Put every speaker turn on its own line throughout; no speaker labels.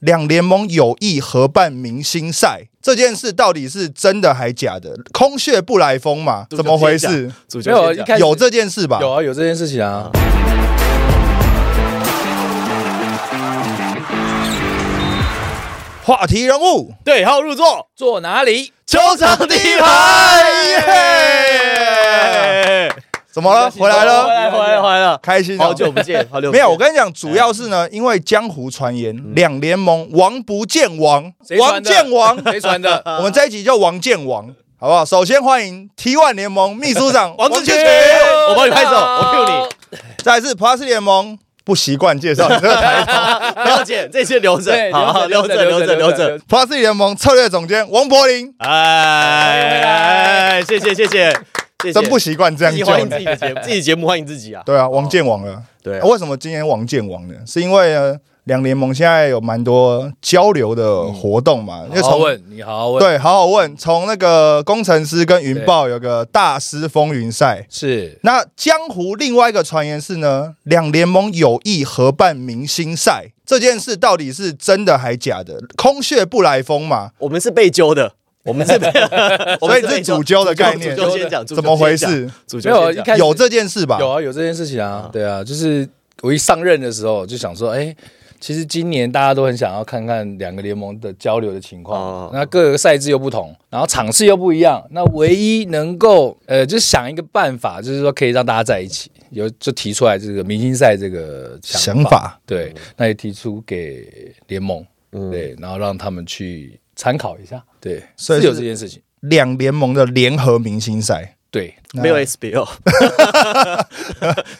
两联盟有意合办明星赛这件事到底是真的还假的？空穴不来风嘛？
主角
怎么回
先
事？
主
没
角
有
先
一
讲
开始
有这件事吧？
有啊，有这件事情啊。
话题人物
对号入座，
坐哪里？
球场第一
排
排，耶！
怎么了？
比较
回来
回
了，
来回来回来了，
开心哦
好久不见，好久不
没
见嗯
有，我跟你讲，主要是呢，因为江湖传言两联盟王不见王，
谁
王
传的
见王，
谁传 的？
我们这一集叫王见王，好不好？首先欢迎 T One 联盟秘书长
王志
群
群，我帮你拍手，我 Q
再来是 Plus 联盟不习惯介绍你这个台词
你，了解，这些留
对
着，好好留
留
着
着
留着留
留着留着
着
留着，
Plus 联盟策略总监王柏林，
哎，谢谢谢谢谢谢，
真不习惯这样
自己
叫
欢迎自己
你。
的节目，自己节目欢迎自己啊，
对啊，王见王了。
对
哎
啊，为什么今天王见王呢？是因为呃两联盟现在有蛮多交流的活动嘛，因为
嗯好好
从
问，你好好问。，
对，好好问。从那个工程师跟云豹有个大师风云赛，
是
那江湖另外一个传言是呢，两联盟有意合办明星赛这件事到底是真的还假的？空穴不来风嘛？
我们是被揪的，我们是被，我
所
们
以
被
是主揪的概念
主揪先讲，主揪
怎么回
先讲？
事？
主
没
揪
有
先讲
一开始
有这件事吧？
有啊，有这件事情啊。对啊，就是我一上任的时候就想说，哎、其实今年大家都很想要看看两个联盟的交流的情况，
哦
那各个赛制又不同，然后场次又不一样，那唯一能够呃，就想一个办法，就是说可以让大家在一起，有就提出来这个明星赛这个想
想
法，
法
对，那也提出给联盟，对，然后让他们去参考一下，对，
所以
是有
是
这件事情，
两联盟的联合明星赛，
对，
没有哎 SBO，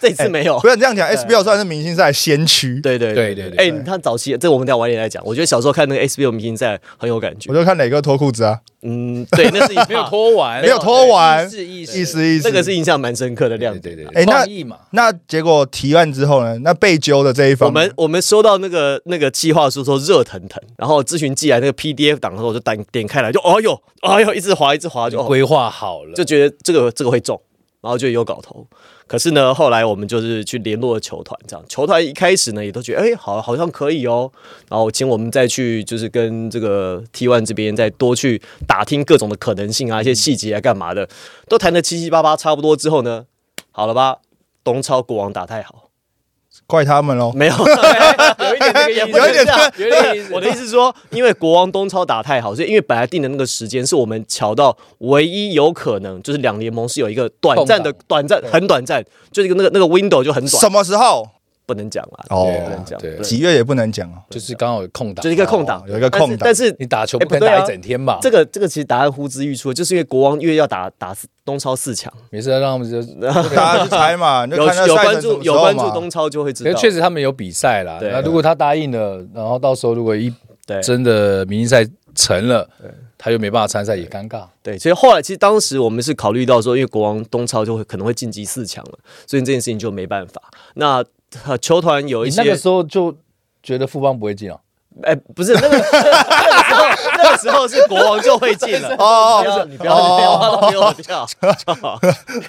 这次没有
不。要这样讲，SBL 算是明星赛先驱。
哦啊对对
哎对对对
哎，你看早期这个我们等一下晚一点来讲。我觉得小时候看那个 SBO 明星赛很有感觉
我。就看哪个脱裤子啊，
嗯，对，那是一
没有拖完，
没有拖完
意思意思
意思意思。
这个是印象蛮深刻的亮
对
点。
对对，
哎那
创意嘛，
那结果提案之后呢？那被揪的这一方，
我们我们收到那个那个计划书说热腾腾，然后咨询寄来那个 PDF 档的时候，我就点点开来就哎呦哎呦，一直滑一直滑就、哦
规划好了，
就觉得这个这个会中，然后就有搞头。可是呢，后来我们就是去联络球团，这样球团一开始呢也都觉得哎好好像可以哦，然后请我们再去就是跟这个 T One 这边再多去打听各种的可能性啊，一些细节啊干嘛的，都谈的七七八八差不多之后呢，好了吧，东超国王打太好
怪他们 喽。
没有。
有一点这个意 思，
有一点
有一点意思。
我的意思是说，因为国王东超打太好，所以因为本来定的那个时间是我们瞧到唯一有可能就是两联盟是有一个短暂的
空
短暂很短暂，就是一个那个那个 window 就很短
什，么时候？
不能讲啦，
哦
对不能讲，
对
对
几月也不能讲哦。
就是刚好有空档，
就是一个空档
哦，有一个空档
但是但
你
是
打球
哎
不
不
可能
对啊
打一整天吧？
这个这个其实答案呼之欲出，就是因为国王越要打打四东超四强，
没事，让他们就
大家去猜嘛， 你就
有
看那
有
赛程
关
什么
注
时
有
候
关注
嘛。
东超就会知
可是
道，
确实他们有比赛啦。
对
那如果他答应了，然后到时候如果一
对
真的明星赛成了，他又没办法参赛，也尴尬。
对，所以后来其实当时我们是考虑到说，因为国王东超就会可能会晋级四强了，所以这件事情就没办法。那呃球团有一
你
些
那个时候就觉得富邦不会进哦，
哎、不是那 个那个时候，那个时候是国王就会进了。
哦哦
不要你不要你不要挖到给我 跳，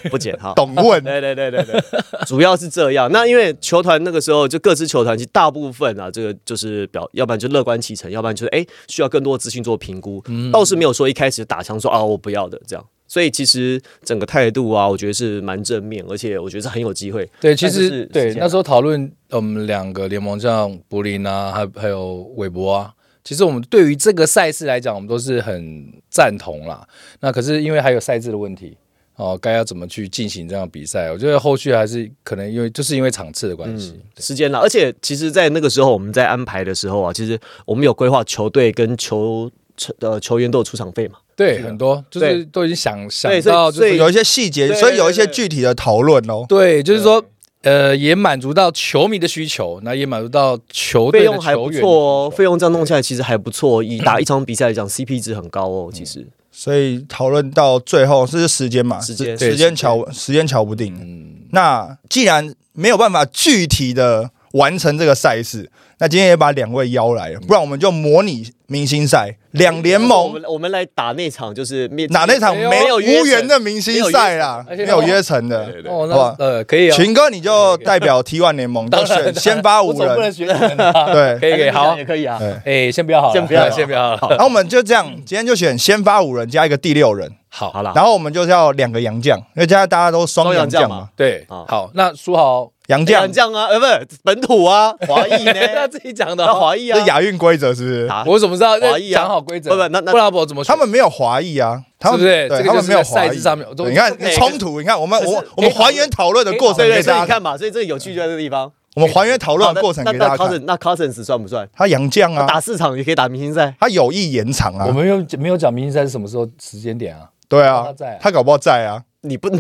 不剪哈。
懂问
对对对对对， 主要是这样。那因为球团那个时候就各支球团，其实大部分啊，这个就是表，要不然就乐观其成，要不然就是哎需要更多的资讯做评估，倒是没有说一开始打枪说啊我不要的这样。所以其实整个态度啊，我觉得是蛮正面，而且我觉得是很有机会。
对，其
但就是
实对
是这样
那时候讨论我们两个联盟，像柏林啊，还还有韦伯啊，其实我们对于这个赛事来讲，我们都是很赞同啦。那可是因为还有赛制的问题哦，该要怎么去进行这样的比赛？我觉得后续还是可能因为就是因为场次的关系，
时间了。而且其实，在那个时候我们在安排的时候啊，其实我们有规划球队跟球球呃球员都有出场费嘛。
对很多就
啊对
是都已经想
对
想
所以
到，就
所以
是
有一些细节，
对
所以有一些
对对
具体的讨论哦。
对，就是说呃，也满足到球迷的需求，那也满足到球
费
队的
用还
球
不
员的
错哦，
需求
费用这样弄下来其实还不错。以打一场比赛来讲，CP 值很高哦。其实
所以讨论到最后这是时间嘛，
时
时
间对
时间瞧时间瞧不定。那既然没有办法具体的完成这个赛事。那今天也把两位邀来了，不然我们就模拟明星赛，两联
我
盟
们我们来打那场就是面
哪那场
哎呦
没有
没有
无缘的明星赛啦，
没有
没
约成
有约成的。
对对
哦，
好吧
那呃可以啊，
群哥，你就代表 T One 联盟就选先发
我
五
总不能
人，
学 你们啊
对
可以可以好
也，可以啊。
对
哎，先不要好了，
先不要
先不要好了，
然后我们就这样，今天就选先发五人加一个第六人，
好
好啦，
然后我们就是要两个洋将，因为现在大家都双洋将嘛，
对，
好
好，那书豪，
洋
洋
将
将啊，呃，不是本土啊，华裔
他
呢，
自己讲的
那
哦，
华裔
这
啊，
亚运规则是不是？
打
我怎么知道？
华裔啊
讲好规则，
不不那那
布拉伯怎么选
他们没有华裔啊，他们
是不是
对
这个
他们
就是
没有
在
华
赛
裔
制上面都
对你看
对
冲突，你看我们
可是
我
可以
我们
讨论
还原讨论的过程
对
给
对，所以
大
你
家，
看嘛，所以这个有趣就在这个地方。
我们还原讨论的过程
那
给大
那
家
Cousins
看。
那 Cousins 算不算？
他洋将啊，
打四场也可以打明星赛，
他有意延长
我
啊，
们又没有讲明星赛是什么时候时间点啊？
对啊
他在啊，
他搞不好在啊，
你不能。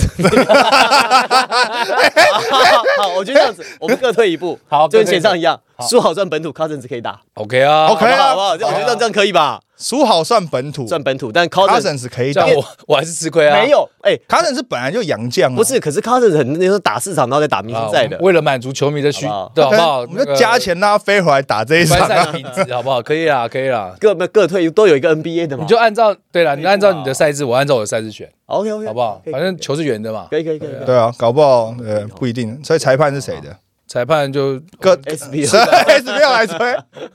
好，好我觉得这样子，我们各退一步，
好
就
各退一
跟
步
前上一样
好，
输好算本土，Cousins 可以打，
OK 啊
OK
好不好
啊
好不好？这样我觉得这样可以吧？
苏好算本土
算本土，但 Cousins
，Cousins 可以
这
打
样我 我还是吃亏啊。
没有，哎，
，Cousins 本来就洋将啊，
不是，可是 Cousins 很那时候打四场，然后再打明
啊
星赛的。
为了满足球迷的需
好不好，
可
对好不
能
好？
我们就加钱让他飞回来打这一
那
场
个观
啊，
赛品质，好不好？可以啦，可以啦。
各各退一步都有一个 NBA 的嘛，
你就按照对了，
可以
你按照
吧
你的赛制，我按照我的赛制选，
OK OK，
好不好？反正球是圆的嘛，
可以可以可以可以。
对啊，搞不好呃不一定，所以裁判是谁的？
裁判就
各
SB
谁 S 不要来吹，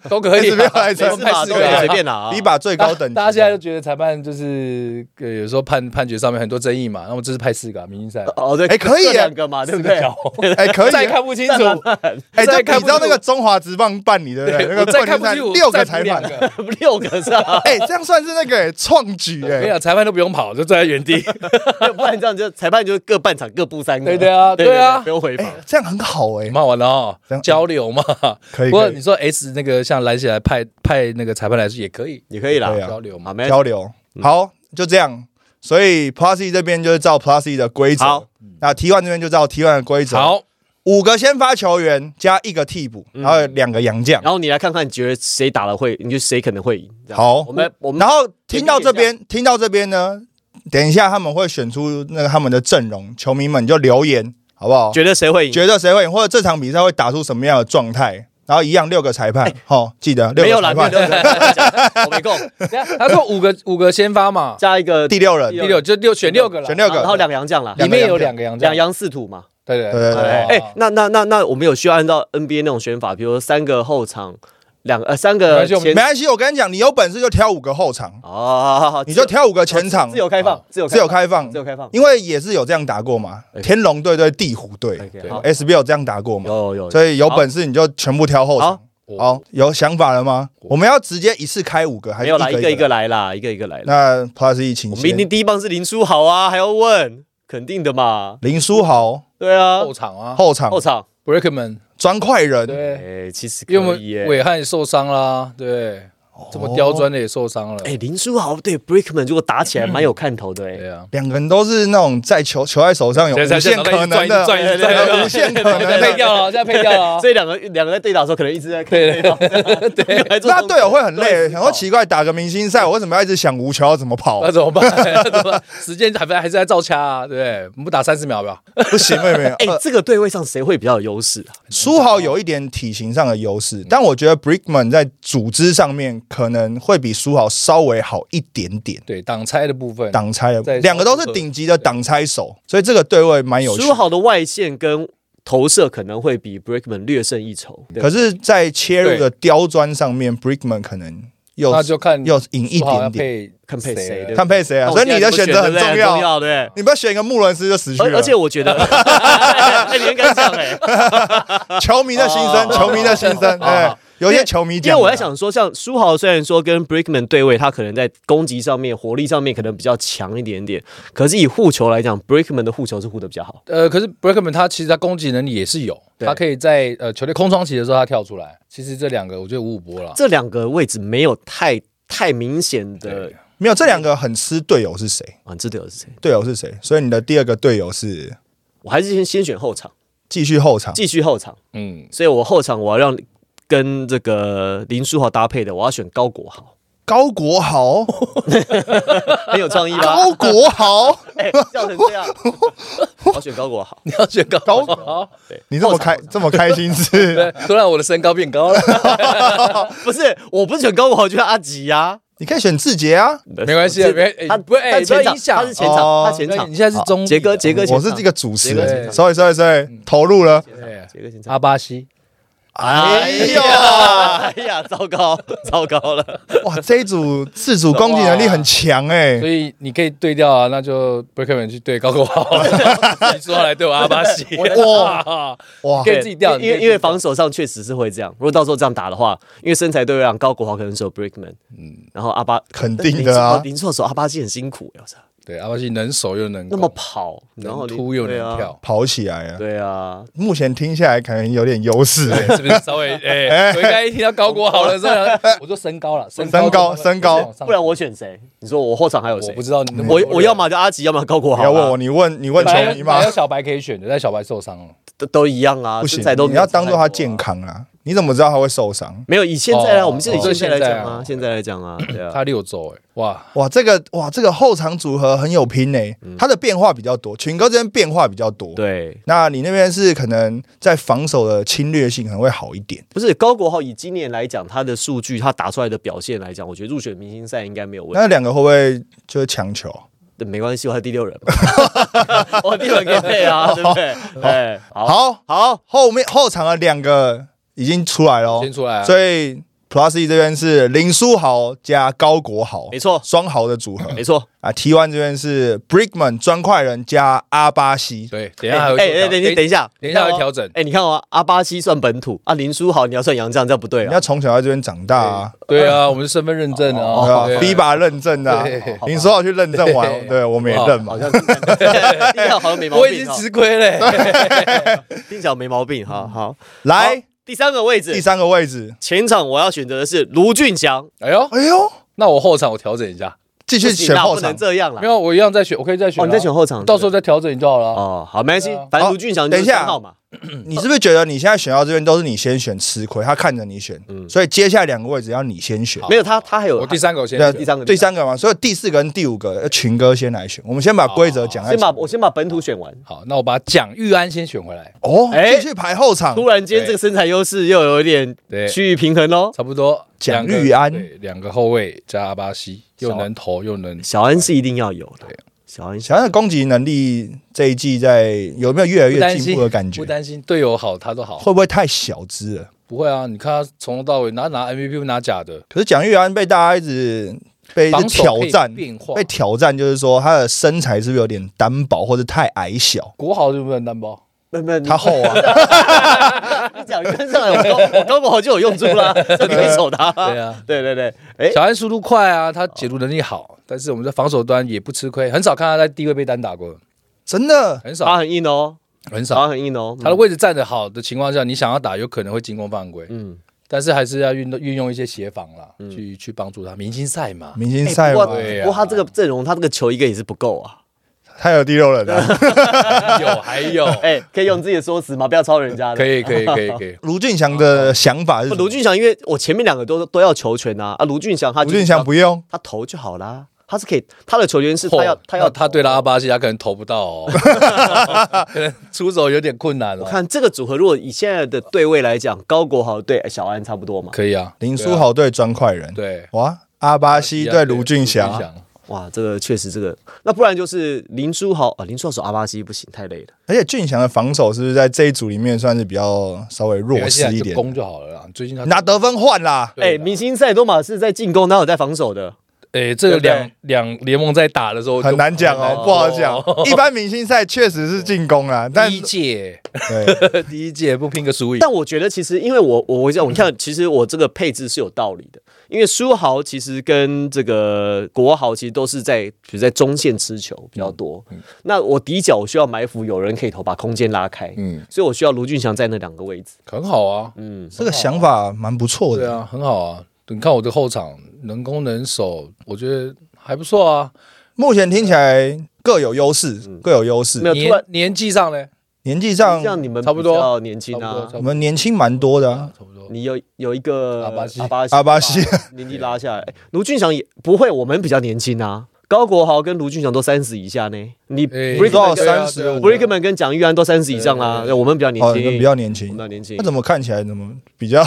都可以
S 不要
啊。
来吹
没，事吧，
我们派四
都
个
可以
人
随便拿啊。
你把最高等级的，
大家现在就觉得裁判就是呃有时候判判决上面很多争议嘛，那么这是派四个啊明星赛，
哦对，
哎可以
各
耶
两个嘛，对不对？
哎 可以啊，
再看不清楚，
哎，
再
这
看
你
不
知道那
清楚
个中华职棒办理对不 对？那
我
个
再看
冠军赛
不清楚
六
再
个
补
裁
两
判
个，
六个是吧？
哎，这样算是那个哎创举
我跟你
哎，
讲，裁判都不用跑，就站在 原地。
不然这样就裁判就各半场各布三个。
对对啊
对对
对啊
不用回防。
哎这样很好哎，
蛮好玩的哦
这样，
交流嘛。
可以
不过
可
你
以
说 S 那个像拦起来派派那个裁判来说也可以
也可以啦
可以，啊
交流嘛
好，。没
交流，
嗯
好就这样。所以 Plus E 这边就是照 Plus E 的规则
好，
那 T One 这边就照 T One 的规则。，
好，嗯
五个先发球员加一个替补，然后两个洋将。
然后你来看看，你觉得谁打了会，你就谁可能会赢。这样
好
我们我们
然后听到这边，听到这边呢，等一下他们会选出那个他们的阵容，球迷们就留言好不好？
觉得谁会赢？
觉得谁会赢，或者这场比赛会打出什么样的状态？然后一样六个裁判，好，记得
哎没
六
有
个
啦，
裁
没有
判，
六个，我没够，
等一下他说五个五个先发 嘛，
加一个
第六人
第
第六就六选六个了，
选六
然后
个，
两个洋将啦，
里面有
两
两个洋将
两，洋四土嘛。
对对
对对对
哎、哎，那那那那我们有需要按照 NBA 那种选法，比如说三个后场，两个呃三
没
个
关系我
前
没关系，我跟你讲，你有本事就挑五个后场，
哦好，好好
你就
自由
挑五个前场啊
自，由开放，自由
自由开放
自，由开放，
因为也是有这样打过嘛，天龙队对地虎队
OK，
对
好，
，SBL 这样打过嘛，
哎有有有，
所以有本事你就全部挑后场。好，有想法了吗？我们要直接一次开五个，还
没
是
有啦，
一
一
个
个一个？来啦，一个一个来啦。
那 Plus 一请
我们一定
先，
第一棒是林书豪啊，还要问，肯定的嘛，
林书豪
对啊，
后场啊
后场
后场，
，Brickman
砖块人，
对，
哎，其实可
因为我们
以耶。
伟汉受伤啦，对，这么刁钻的也受伤了，
哎，林书豪对 Brickman 如果打起来蛮有看头的哎
对，啊，
两个人都是那种在球球在手上有无限可能的，
转一转一转一
有
转
无
一转，
限可能
配
的。
掉了，现在配掉了，
所以两个两个在对打的时候，可能一直在看
对
方，对，
那队友会很累，
然
想
后
说奇怪，打个明星赛，我为什么要一直想无球要怎么跑
那？怎么办？那怎么办？时间还还是在照掐啊，对不对？我们打三十秒吧。
不行， 妹妹，
哎
呃，
这个对位上谁会比较有优势啊？
苏豪有一点体型上的优势，但我觉得 Brickman 在组织上面可能会比苏豪稍微好一点点。
对，挡拆的部分，
挡拆的，
在
两个都是顶级的挡拆手，所以这个对位蛮有趣
书。豪的外线跟投射可能会比 Brickman 略胜一筹，对
可是，在切入的刁钻上面，Brickman 可能又
那就看
又赢一
苏豪要
点点，
配
看配谁
了
对
看配谁啊？
那我
所以你的
现在
选
怎么
择很重
对不对很重
要，啊
要，对。
你不要选一个穆伦斯就死去
而
了
而。且我觉 得，哎，你很敢讲哎，
球迷的心声，
哦
球迷的心声，哎，有些球迷
啊因
讲啊
为
的，
我在想说，像书豪虽然说跟 Brickman 对位，他可能在攻击上面、火力上面可能比较强一点点，可是以护球来讲，Brickman 的护球是护的比较好。
呃，可是 Brickman 他其实他攻击能力也是有，
对
他可以在呃球队空窗期的时候他跳出来。其实这两个我觉得五五波了，
这两个位置没有太太明显的
对
没有这两个很吃队友是谁，
啊，这队友是谁？
队友是谁，所以你的第二个队友是
我还是先先选后场，
继续后场，
继续后场，
嗯，
所以我后场我要让跟这个林书豪搭配的，我要选高国豪。
高国 豪，
很有创意吧？
高国豪，
哎，笑成这样，我选高国豪。
你要选高
高
国豪，
对，
你这么开这么开心 是？
对，突然我的身高变高了，
不是，我不是选高国豪，我选阿吉呀。
你可以选志杰啊，
没关系啊
是
别哎
他
不会哎
他
不要
前场
影响
他是前场，
哦
他前场，
你现在是中立的
杰
啊
哥，杰哥，
我是这个，主持
杰
哥
人，sorry sorry sorry，投
嗯
入了。
对，
杰哥前场。
阿巴西，
哎呀，哎呀，糟糕， 糟糕了。
哇，这一组自主攻击能力很强哎
啊
所，以你可以对调啊，那就 Breakman 去对高国豪，你说来对我阿巴西，哇，
哇
可，以自己调，
因为因为防守上确实是会这样。如果到时候这样打的话，因为身材对位让高国豪可能是有 Brickman，嗯，然后阿巴
肯定的啊
零错手阿巴基很辛苦，我操，
对阿巴西能守又能
那么跑，然后
能
你
突又能，跳，
跑起来啊！
对啊对啊，
目前听下来感觉有点优势 哎，
是不是稍微哎？我应该一听到高国豪的时候，我说身高了，身
身高身高，
不然我选谁？你说我后场还有谁？
我不知道，
我我要么就阿吉，要么高国
不
豪啊，
要问我，你问你问球
本来
迷
有
嘛
本来，有小白可以选的，但小白受伤了。
都都一样啊，
不行
身材都，没
你
有
要当做他健
差太多啊。
康啊！你怎么知道他会受伤？
没有，以现在啊，
哦
我们是以
哦
现在来讲啊，
哦
现在来讲啊，对啊，
他六周哎，哇，
哇，这个哇，这个后场组合很有拼诶、他的变化比较多，群哥这边变化比较多。，
嗯对，
那你那边是可能在防守的侵略性可能会好一点。
不是高国豪以今年来讲，他的数据，他打出来的表现来讲，我觉得入选明星赛应该没有问题。
那两个会不会就是强球？
对没关系，我还第六人嘛，我第六人可以配啊，对不对？哎，好
好，
好，
后面后场的两个已经出来喽
先，出来啊，
所以 Plus E 这边是林书豪加高国豪，
没错
双豪的组合
没错。
啊。T One 这边是 Brickman 砖块人加阿巴西，
对，等一
哎
下还有
哎哎，等一等一下，
等一下会调整
哎，你看哦，阿巴西算本土，啊，林书豪你要算洋将，这样不对
人
啊
家。从小在这边长大啊。
对啊，我们是身份认证
哦
啊，
对啊
对啊
v 吧认证的啊
对好，
你说我去认证完，
对
对我们也认嘛
好。像是 听起来好像没毛
我已
病
经
哈，
吃亏了。
听起来没毛病，好好。
来
好，第三个位置，
第三个位置，
前场我要选择的是卢俊祥，
哎呦，
哎呦，
那我后场我调整一下，
继
不
续
行
选
啦，
后
不能
场。
这样了
没。有，我一样再选，我可以再选啊。
哦，你在选后场，
到时候再调整就好了啊。
哦，好，没关系
对啊，
反正
好
卢俊祥就
等一
是
下
三号嘛。
你是不是觉得你现在选到这边都是你先选吃亏？他看着你选，
嗯
所以接下来两个位置要你先选。
没有他，他还有
我第三个我先
对啊
选
第三个
第三个嘛，所以第四个跟第五个呃群哥先来选。我们先把规则讲在
先把我先把本土选完。
好，那我把蒋玉安先选回来，
哦，
哎
继续排后场。
突然间，这个身材优势又有一点
对
趋于平衡喽。
差不多。
蒋
两个
玉安
对两个后卫加阿巴西，又能投又能
小安是一定要有的，小安
小安的攻击能力这一季在有没有越来
不
越
担
进
心
步的感觉
不？担心队友好他都好，
会不会太小只了？
不会啊？你看他从头到尾拿拿 MVP 不拿假的，
可是蒋玉安被大家一直被一直
防守
挑
可以
战，
变化
被。挑战就是说他的身材是不是有点单薄或者太矮小？
国豪是不是很单薄？
没有没有，你
他厚啊，
你讲跟上来，我高我高国豪就有用处 啦，你可以守他。
啊对啊，
对对对，哎，
小安速度快啊，他解读能力好，但是我们在防守端也不吃亏，很少看他在低位被单打过，
真的
很少
他很硬哦，
很少。
他很硬哦，
他的位置站得好的情况下，你想要打，有可能会进攻犯规，
嗯。
但是还是要运动运用一些协防啦，去去帮助他。明星 赛嘛，
明星
哎
赛
不
嘛
过，
对啊
不过他这个阵容，他这个球一个也是不够啊。
他有第六人啊。
有还有，
哎，可以用自己的说辞吗？不要抄人家的。
可以可以可以可以，
卢俊祥的想法是什
不
么
哦卢俊祥，因为我前面两个都都要球权啊，啊，卢俊祥他
卢
就是
俊祥不用，
他投就好啦，他是可以，他的球员是 他要
哦
他要
那他对拉阿巴西，他可能投不到 哦，可能出手有点困难哦。
我看这个组合，如果以现在的对位来讲，高国豪对哎小安差不多嘛。
可以啊，
林书豪对砖块人，
对，啊
哇，阿巴西对卢俊
卢
祥，
哇，这个确实这个，那不然就是林书豪啊、林书豪守阿巴西不行，太累了。
而且俊祥的防守是不是在这一组里面算是比较稍微
没
弱
关系啊
势一
就
点？
攻就好了啦。最近他
拿得分换啦，
哎、
对啦
明星赛多马是在进攻，哪有在防守的？
哎，这
对
个
不对
两两联盟在打的时候就
很难讲哦，不好讲。一般明星赛确实是进攻啦，但
第一届
对
第一届不拼个输赢，
但我觉得其实，因为我我我讲，你看，其实我这个配置是有道理的，因为书豪其实跟这个国豪其实都是在，比如在中线吃球比较多。
嗯
那我底角我需要埋伏有人可以投，把空间拉开，
嗯，
所以我需要卢俊祥在那两个位置。
很好啊，
嗯，
这个想法蛮不错
对
的。
啊，很好啊。你看我的后场能攻能守，我觉得还不错啊。
目前听起来各有优势，各有优势。
没有突
年
然
年纪上呢？
年纪上
像你们
差不多
比较年轻
差不多
啊
差，
我们年轻蛮多的、啊，
差不多。
你有有一个
阿巴西
巴
阿巴西
年纪拉下来，哎卢俊祥也不会，我们比较年轻啊。高国豪跟卢俊祥都三十以下呢，你
诶
Brickman
到
跟
三
啊
十五
Brickman 跟蒋玉安都三十以上啦，
对对对
对我们比较年
哦，
轻，
比较年
我
轻
们比。较年轻
那，怎么看起来怎么比较？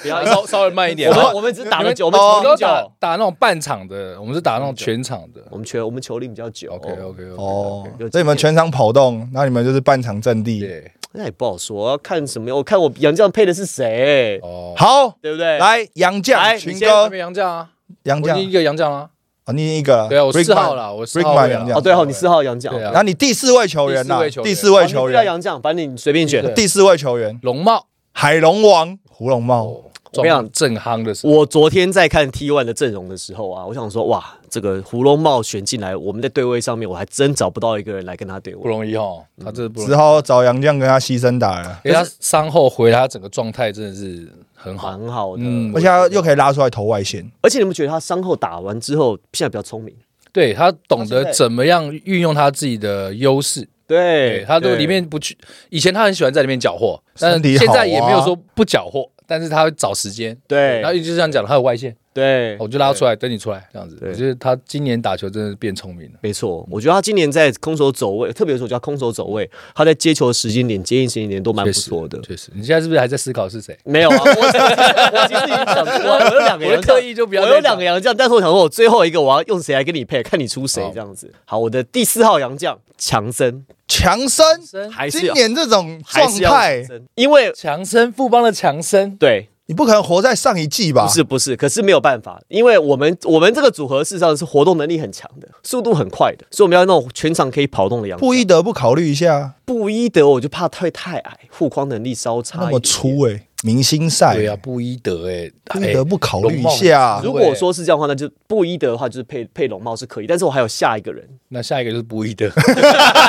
不要
稍稍微慢一点
我
啊，
们我们只打了九，我
哦
们
我
球
们
龄
都
久，
打打那种半场的，我们是打那种全场的。
我们球我们球龄比较久。
OK OK OK，
哦
有，
所以你们全场跑动，那你们就是半场阵地。
对，
那也不好说，要看什么样。我看我杨绛配的是谁，
哦，
好，
对不对？
来杨
哎来
绛
你
群
先
那
哥，
边杨绛啊，
杨
我已经一
绛
个杨绛啊，
啊，你已经一个了，
对啊，我
Brickman
四号。啦，我四
Brickman
号位啊
杨绛
哦，对哦，你四号杨绛，
对啊
哦
然后你第四位球员啦啊
第四位，球员
第四位
你不
球
要
员，
杨绛，反正你随便选
对。
第四位球员，
龙帽，
海龙王胡龙茂，
哦，
我跟你讲
正夯的时候，
我昨天在看 T One 的阵容的时候啊，我想说，哇，这个胡龙茂选进来，我们在对位上面，我还真找不到一个人来跟他对
不
位。
容易哦，他真的不
嗯
容易
只，好找杨绛跟他牺牲打了，
因为他伤后回来，他整个状态真的是很好。
蛮好的，
嗯
而且他又可以拉出来投外线。
而且你们觉得他伤后打完之后，现在比较聪明？
对他懂
他现在
得怎么样运用他自己的优势，
对
对他都里面不去。以前他很喜欢在里面搅和，但
身体
是
好啊
现在也没有说不搅和，但是他会找时间。
对
然后就像讲他有外线，
对，
我就拉出来等你出来这样子。
对
我觉得他今年打球真的是变聪明了。
没错，我觉得他今年在空手走位，特别是我觉得他空手走位，他在接球的时间点、接应时间点都蛮不错的。
确实。你现在是不是还在思考是谁？
没有啊，我我其实已经想，我我有两个
我
人
就刻意就不要
我
再
有
讲
两个洋将，但是我想说，我最后一个我要用谁来跟你配，看你出谁这样子。好，我的第四号洋将强森，
强森
嗯
还是
今
要
年这种
还
状
是要
态
强，森因为
强森，富邦的强森，
对，
你不可能活在上一季
啊
吧
不？是不是，可是没有办法，因为我们我们这个组合事实上是活动能力很强的，速度很快的，所以我们要那种全场可以跑动的洋将。
不一得不考虑一下，
布伊德，我就怕他会太矮，护框能力稍差一
那
点
么粗哎，明星赛
对啊，布伊德哎，
不一得不考虑一
哎
下
龙。
如果说是这样的话，那就布伊德的话就是配配龙帽是可以，但是我还有下一个 人，
那下一个就是布伊德。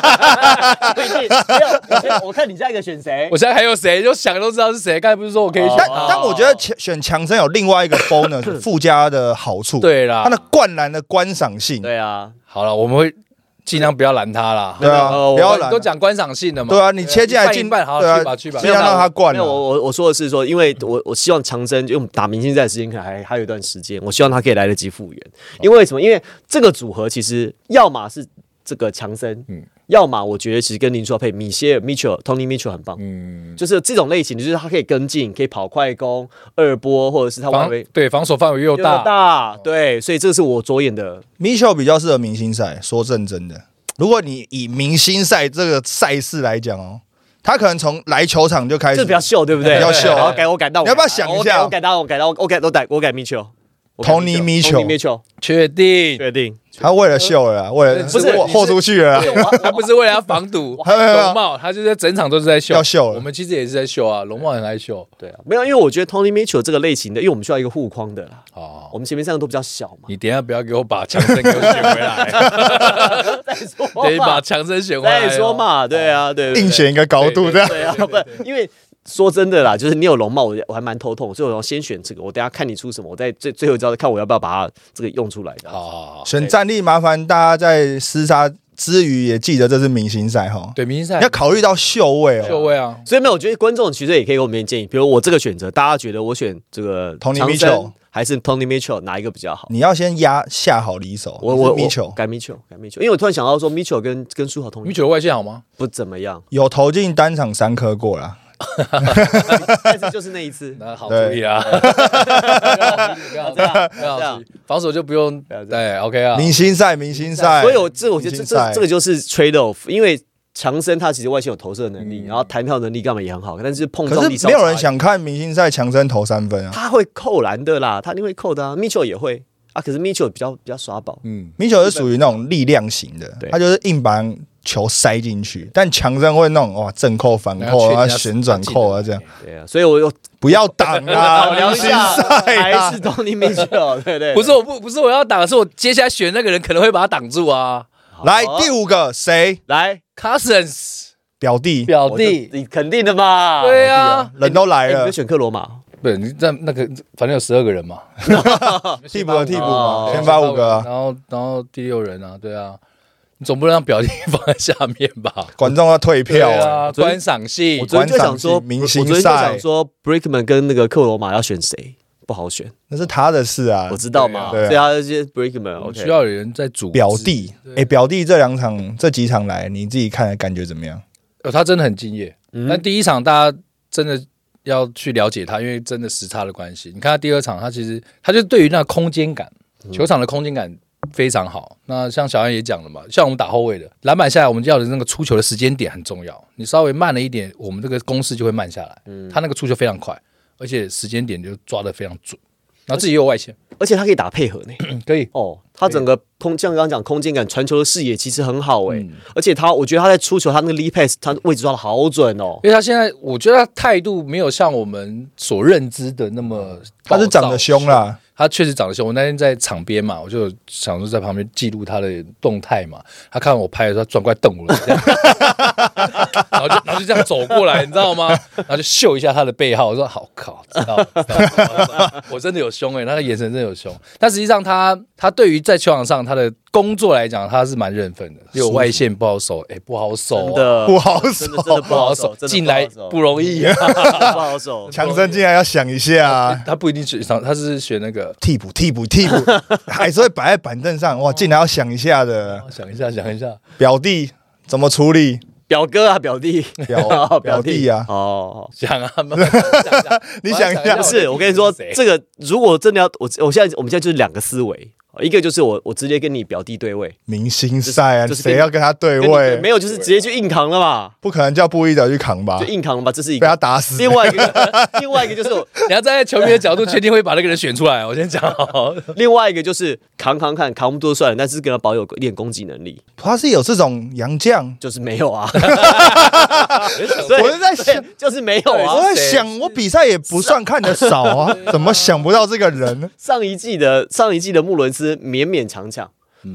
不一定没有我先我看你下一个选谁
我。现在还有谁？就想都知道是谁。刚才不是说我可以
哦
选？
但但我觉得强选强森有另外一 个 bonus 附加的好处，
对
他
啦
的，灌篮的观赏性，
啊对啊，
好了，我们会尽量不要拦他啦。
对啊，
呃我
不要拦
都，讲观赏性的嘛。
对啊，你切进来进，
一半一半好
对
去
啊，
吧去吧
尽量让他灌
没有，
啊。
我我我说的是说，因为我我希望强森用打明星赛的时间可能还还有一段时间，我希望他可以来得及复原。因为什么？因为这个组合其实要么是这个强森，
嗯
要么我觉得其实跟林书豪配米歇尔 Mitchell、Tony Mitchell 很棒，
嗯，
就是这种类型，就是他可以跟进，可以跑快攻、二波，或者是他外
防
围
对防守范围
又
又大，
大，对，所以这是我着眼的。
米秀比较适合明星赛，说认真的，如果你以明星赛这个赛事来讲哦，他可能从来球场就开
这
始
比较秀，对不对？
比较秀
然后改我改到，
你要不要想一下
我改到，我改到，我改我改我改 Mitchell。
Tony Mitchell
Mitchell
确定？
决 定，
他为了秀了啦，啊为了
不是
我
你是
豁出去了啦，啊
他不是为了要 防堵
还有还有
龙帽，他就是在整场都是在秀。
要秀了
我们其实也是在秀啊，龙帽很爱秀。
对啊，没有，因为我觉得 Tony Mitchell 这个类型的，因为我们需要一个护框的啦，
哦，
我们前面三个都比较小嘛，
你等一下不要给我把强森给我选 回 来，
再说嘛
等一把强森选回来。哦
再说，嘛，对啊，对，对
硬，选一个高度这样。
对对啊，不，因为说真的啦，就是你有龙帽，我我还蛮头痛，所以我要先选这个，我等下看你出什么，我再最最后一招看我要不要把它这个用出来。
好，好好，
选战力，麻烦大家在厮杀之余也记得这是明星赛哈，
对明星赛
你要考虑到秀位
秀
哦。
位啊，
所以没有，我觉得观众其实也可以给我们一些建议，比如我这个选择，大家觉得我选这个
Tony
强森
Mitchell
还是 Tony Mitchell 哪一个比较好？
你要先压下好离手，
我我
米
我
球，
改 Mitchell 改 Mitchell，因为我突然想到说 Mitchell 跟跟舒豪同
你们觉得外线好吗？
不怎么样
有投进单场三颗过啦，
但是就是那一次。啊
那好啊
对
注意啊，不要这样，不
这
要
样
急防守就不用
要这样
对，OK 啊，
明星赛明星赛。
啊所以我这我觉得这
明星赛
这这个就是 trade off，因为强森他其实外线有投射能力，然后弹跳能力干嘛也很好，但嗯是碰
可
撞力
是
稍
没有
差
人想看明星赛强森投三分啊。
他会扣篮的啦，他一定会扣的啊，Mitchell 也会啊，可是 Mitchell 比较比较耍宝，
嗯，
米球是属于那种力量型的
对，
他就是硬把球塞进去，但强森会那种哇正扣反
然
扣
后
啊
确定他
旋转扣啊这样，
对啊，所以我又
不要挡
考
啊，
量
明
一
星
下，
赛啊
还是 Tony Mitchell，对 对，
不是我不不是我要挡，是我接下来选那个人可能会把他挡住啊
好
来第五个谁？
来
，Cousins
表弟，
表
我就
弟，
你肯定的嘛，
对啊，
人都来
哎，你
了
就，选克罗马，
不是你这样那个反正有十二个人嘛，
替补的替补
哦
嘛，先发五个啊。
然后然后第六人啊，对啊，你总不能让表弟放在下面吧？
观众要退票、
对啊，
昨天
观赏戏
我，昨天就想说，
观赏性
我
明星
我昨天就
赛
想说，Brickman 跟那个克罗马要选谁，不好选，
那是他的事啊
我。知道嘛，
对啊
所以他就是
我们
Brickman，OK，、
需要有人在组织
表，弟，哎、表弟这两场这几场来，你自己看的感觉怎么样？
呃，他真的很敬业。
嗯
但第一场大家真的要去了解他，因为真的时差的关系。你看他第二场，他其实他就对于那空间感，
嗯
球场的空间感非常好。那像小安也讲了嘛，像我们打后卫的篮板下来，我们要的那个出球的时间点很重要。你稍微慢了一点，我们这个攻势就会慢下来。
嗯
他那个出球非常快，而且时间点就抓得非常准。然后自己也有外线，
而且他可以打配合呢。
嗯，可以。
哦，他整个空像刚刚讲空间感、传球的视野其实很好诶、
嗯
而且他我觉得他在出球，他那个 lead pass，他位置抓的好准哦。
因为他现在，我觉得他态度没有像我们所认知的那么，
他是长得凶，啊啦，
他确实长得凶。我那天在场边嘛，我就想说在旁边记录他的动态嘛。他看我拍的时候，他转过来瞪我了，这样 然后就然后就这样走过来，你知道吗？然后就秀一下他的背号，我说好靠，知道了，知道了知道了知道了我真的有凶哎、欸，他的眼神真的有凶。但实际上他他对于在球场上他的工作来讲，他是蛮认份的，有外线不好守，哎、不好守、
真
啊。
的
不好
真的真的
手，
不好手，真的
进来 不
容
容易啊！
不好手。
强森进来要想一下、啊。
他不一定选上，他是选那个。
替补，替补， 替补，还是会摆在板凳上。哇，进来要想一下的，
想一下，想一下，
表弟怎么处理？
表哥啊，表弟， 哦
表
表
弟啊
哦，
想啊，慢慢想一下
你想一下
慢慢
不
不是，我跟你说，这个如果真的要我，我现在我们现在就是两个思维，哦一个就是我我直接跟你表弟对位，
明星赛啊，
就是
谁要跟他对
跟你对没
位？
有就是直接去硬扛了嘛，
不可能叫布依德去扛吧
就？硬扛了嘛，这是一
被他
个。
打死。欸
另外一个， 另外一个就是我
你要站在球迷的角度，确定会把那个人选出来。我先讲好，
另外一个就是扛扛看，扛不多算了，但是跟他保有一点攻击能力，
他是有这种洋将，
就是没有啊。
我
对
是在想，
对啊就是没有
我
啊。
在想，我比赛也不算看得少 啊，怎么想不到这个人？
上一季的上一季的穆伦斯勉勉强强，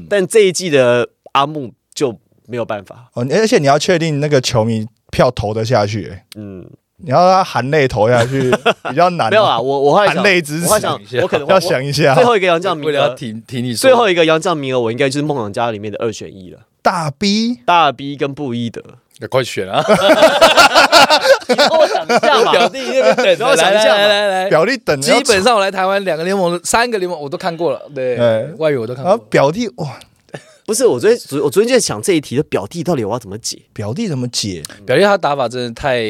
但这一季的阿木就没有办法。
哦，而且你要确定那个球迷票投得下去、欸
嗯，
你要他含泪投下 去比较难、
没有啊，，我我还
含
想，
泪支持
我还想
一下，
我可 能
要想一下
我最。后一个杨将名
为了要
额，
提提你说，
最后一个杨将名额，我应该就是梦想家里面的二选一了，
大 B
大 B 跟布依德。
快选啊！
你让我想一下嘛，
表弟那个等
让我
着，
想
来
一
来
下嘛
来来来，
表弟等着要
基本上我来台湾两个联盟，三个联盟我都看过了，对
对，
外语我都看
然后
过。
啊表弟哇，
不是我昨天，昨我昨天就在想这一题的表弟到底我要怎么解？
表弟怎么解？
表弟他打法真的太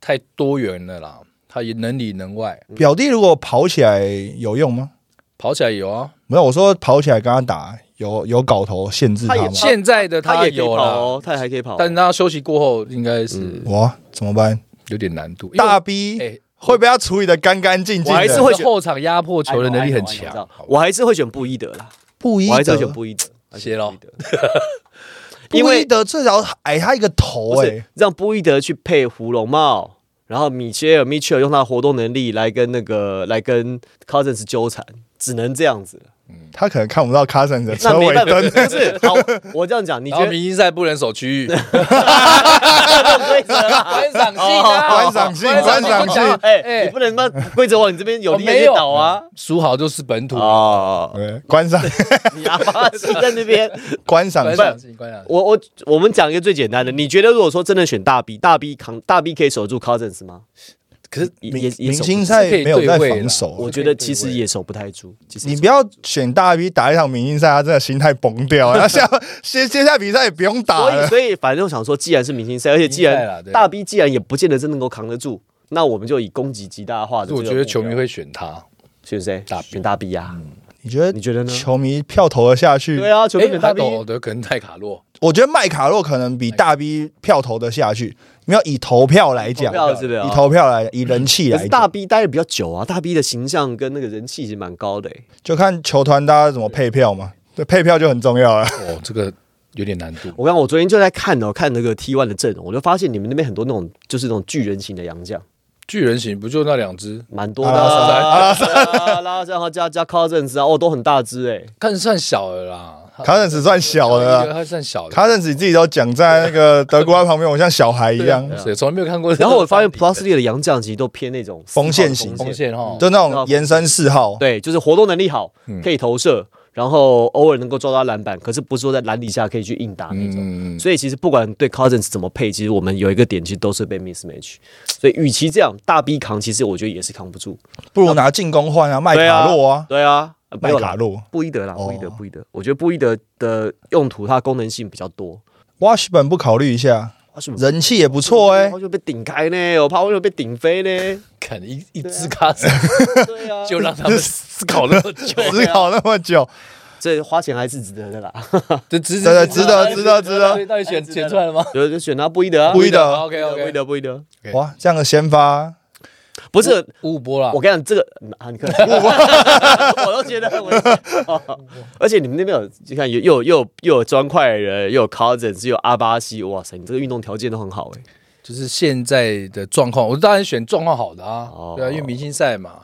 太多元了啦，他也能里能外，
嗯
表弟如果跑起来有用吗？
跑起来有啊。
没有，我说跑起来跟他打有有搞头限制他
他
吗
也？
现在的
他也可以
有
跑
了，
哦，他也还可以跑哦。
但他休息过后应该是
哇，怎么办？
有点难度。因为
大 B、
哎
会被他处理的干干净净
我还是
的，
会
这后场压迫球的能力很
我知道
强。
哎我还是会选布依德啦，
不一
我还是
德
会选布依德，
谢咯
还是布依德，因
布依
为
德至少矮他一个头
不
哎、
是让布依德去配胡龙茂，然后米切尔米切尔用他的活动能力来跟那个来跟 Cousins 纠缠，只能这样子了，
他可能看不到 Cousins 的
那
车
没
尾
办法，
灯，
不是好，我这样讲，你
然
觉得
后明星赛不能守区域，
规则 啦？
观赏性
哦
啊，
观赏性观赏性
性
哎，你不能把规则往你这边有
我
利
哦没
的
有
倒啊！
输好就是本土，
哦，
对，观 赏
你阿巴是在那边，
观赏
观赏性观赏性。
我我我们讲一个最简单的，你觉得如果说真的选大 B，大 B 扛大 B 可以守住 Cousins 吗？
可是
也也
明
也
明
守不
星
住，
赛没有在防守
哦
我，觉得其实也守不太住。其实
你不要选大 B 打一场明星赛，他真的心态崩掉， 然后下接接下来比赛也不用打
所以
了。
所以反正我想说，既然是明星赛，而且既
明星赛啦
然
对
大 B 既然也不见得真能够扛得住，那我们就以攻击极大化的这
我
个目标。
觉得球迷会选他，
选谁？
大 B 嗯
选大 B 呀？
你觉得
你觉得呢
球迷票投得下去
对？啊，球迷选
他
大 B。
哎懂的可能太卡洛，
我觉得麦卡洛可能比大 B 票投得下去，你要以投票来讲，
投票是不是啊
以投票来，以人气
可
来
是大
讲，
B 待的比较久啊，大 B 的形象跟那个人气其实蛮高的、欸。
就看球团大家怎么配票嘛。对，配票就很重要了。
哦，这个有点难度。
我刚我昨天就在看哦，看那个 T One 的阵容，我就发现你们那边很多那种就是那种巨人型的洋将，
巨人型不就那两只？
蛮多
阿
的、
拉
萨
啊，啊拉然后加加 Cousins 啊，哦，都很大只哎、欸。
看算小的啦，
卡森斯算小的啊
了，
啦，
他算小的，
卡森斯自己都讲在那个德国啊旁边，我像小孩一样，
啊对，啊从来没有看过。
然后我发现 Plus 里的洋将其实都偏那种
锋线型
四号的
锋线哈，
就那种延伸四号。嗯
对，就是活动能力好，可以投射，然后偶尔能够抓到篮板，可是不是说在篮底下可以去硬打那种。
嗯，
所以其实不管对 Cousins 怎么配，其实我们有一个点，其实都是被 mismatch。所以与其这样大 B 扛，其实我觉得也是扛不住。
不如拿进攻换啊，麦卡洛啊，
对啊，呃没
麦
有
卡
啦，
洛。
布伊德啦，
哦
布伊德，布伊德。我觉得布伊德的用途，它的功能性比较多。
w a s h b u r n 不考虑一下，
哇
嗯
什么？
人气也不错哎、
我就被顶开呢，我怕我有被顶飞呢。
看一一只卡斯
对 啊，
就让他们思考那么久，
思考那么久，
这花钱还是值得的啦。
对，值
真的值得值得值
到底
得。
到底选选出来了吗？
有就选他布伊德啊，
不一
的
的，
，OK
布伊
OK，
德，布伊德。
对啊
哇，这样的先发，
不是，
五五波啦
我，跟你讲，这个嗯啊，你 看， 我都觉得我也是，哦而且你们那边有，你看有又有又有又有砖块人，又有 Cousins，又有阿巴西，哇塞，你这个运动条件都很好哎。
就是现在的状况，我当然选状况好的啊，
哦
对啊，因为明星赛嘛，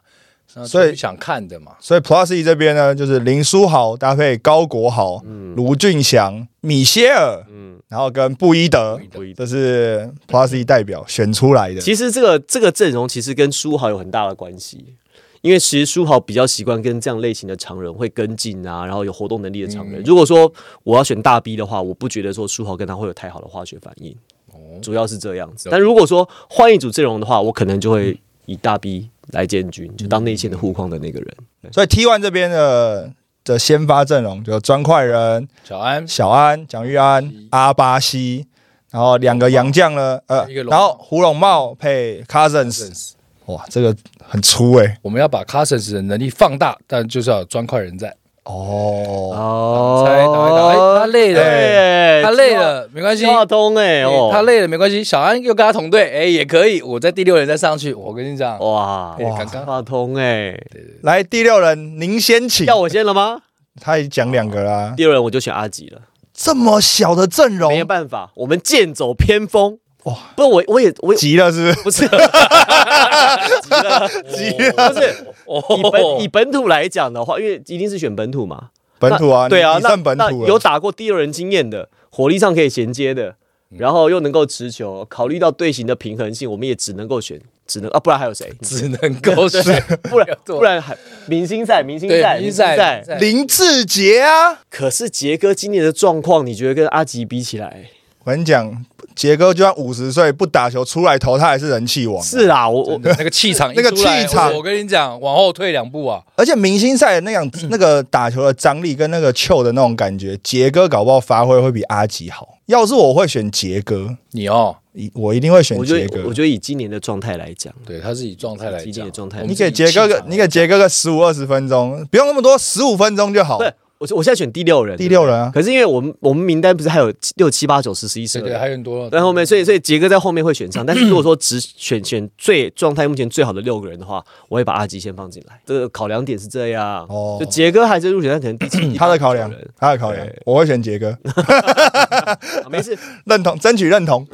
那
所以
出去想看的嘛，
所以 Plus E 这边呢，就是林书豪搭配高国豪、
嗯
卢俊祥、米歇尔，
嗯，
然后跟布伊德，
布伊德。
这是 Plus E 代表选出来的。
其实这个这个阵容其实跟书豪有很大的关系，因为其实书豪比较习惯跟这样类型的常人会跟进啊，然后有活动能力的
嗯
常人。如果说我要选大 B 的话，我不觉得说书豪跟他会有太好的化学反应，
哦
主要是这样子。但如果说换一组阵容的话，我可能就会以大 B 来建军，就当内线的护框的那个人。
所以 T One 这边的的先发阵容就砖块人、
小安
小安、蒋玉安、阿巴西，然后两个洋将呢，
哦
呃
一个，龙
然后胡龙茂配 Cousins，
Cousins
哇，这个很粗哎、
我们要把 Cousins 的能力放大，但就是要有砖块人在。
哦，
哦
嗯猜打一打哎他累了
哎
他累，了没关系
计，划通哎哦，
他累了没关系。小安又跟他同队，哎，也可以。我在第六人再上去，我跟你讲，
哇
哎
哦哇，
刚
计
刚
划通哎，
来第六人您先请
要，我先了吗？
他也讲两个啦，
第二轮我就选阿吉了，
这么小的阵容
没有办法，我们剑走偏锋。
哇
哇，不，我我也我也
急了是不是？
不是，急了
急
不是以本以
哦，
本土来讲的话，因为一定是选本土嘛，
本土啊，
那对啊，
你
那
算本
那
土
有
了，
打过第二轮经验的，火力上可以衔接的，然后又能够持球，考虑到队形的平衡性，我们也只能够选，只能啊，不然还有谁？
只能够是
不然不然还明星赛，明星
对
赛，
明
明
星赛。
林志杰啊，
可是杰哥今年的状况，你觉得跟阿吉比起来？
我跟你讲，杰哥就算五十岁不打球出来投，他还是人气王啊。
是啦，我我
那个气场一出
那
来，
个气场
我我跟你讲，往后退两步啊，
而且明星赛的那样
嗯
那个打球的张力跟那个球的那种感觉，杰哥搞不好发挥会比阿吉好。要是我会选杰哥，
你哦，
一我一定会选
我觉
杰
得
哥
我。觉得以今年的状态来讲，
对，他是以状态来
今年
讲
的，状态，
你给杰哥
我
个
们，是以
你给杰哥个十五二十分钟，不用那么多，十五分钟就好
不。是我我现在选第六人，
第六人啊，
可是因为我们我们名单不是还有七六七八九十十一十
对
二
对，
人，
还有很多
在后 面，所以所以杰哥在后面会选上，但是如果说只选选最状态目前最好的六个人的话，我会把阿吉先放进来。这个考量点是这样，
哦
就杰哥还是入选，但可能第 七
他的考量
第八九人，
他的考量，我会选杰哥，
啊没事，
认同，争取认同。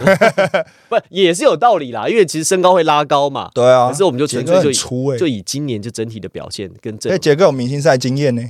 不也是有道理啦，因为其实身高会拉高嘛。
对啊，
可是我们就
杰
纯
哥
粹就
很
以
粗哎
就，以今年就整体的表现跟
因
阵
为
容
杰哥有明星赛经验呢。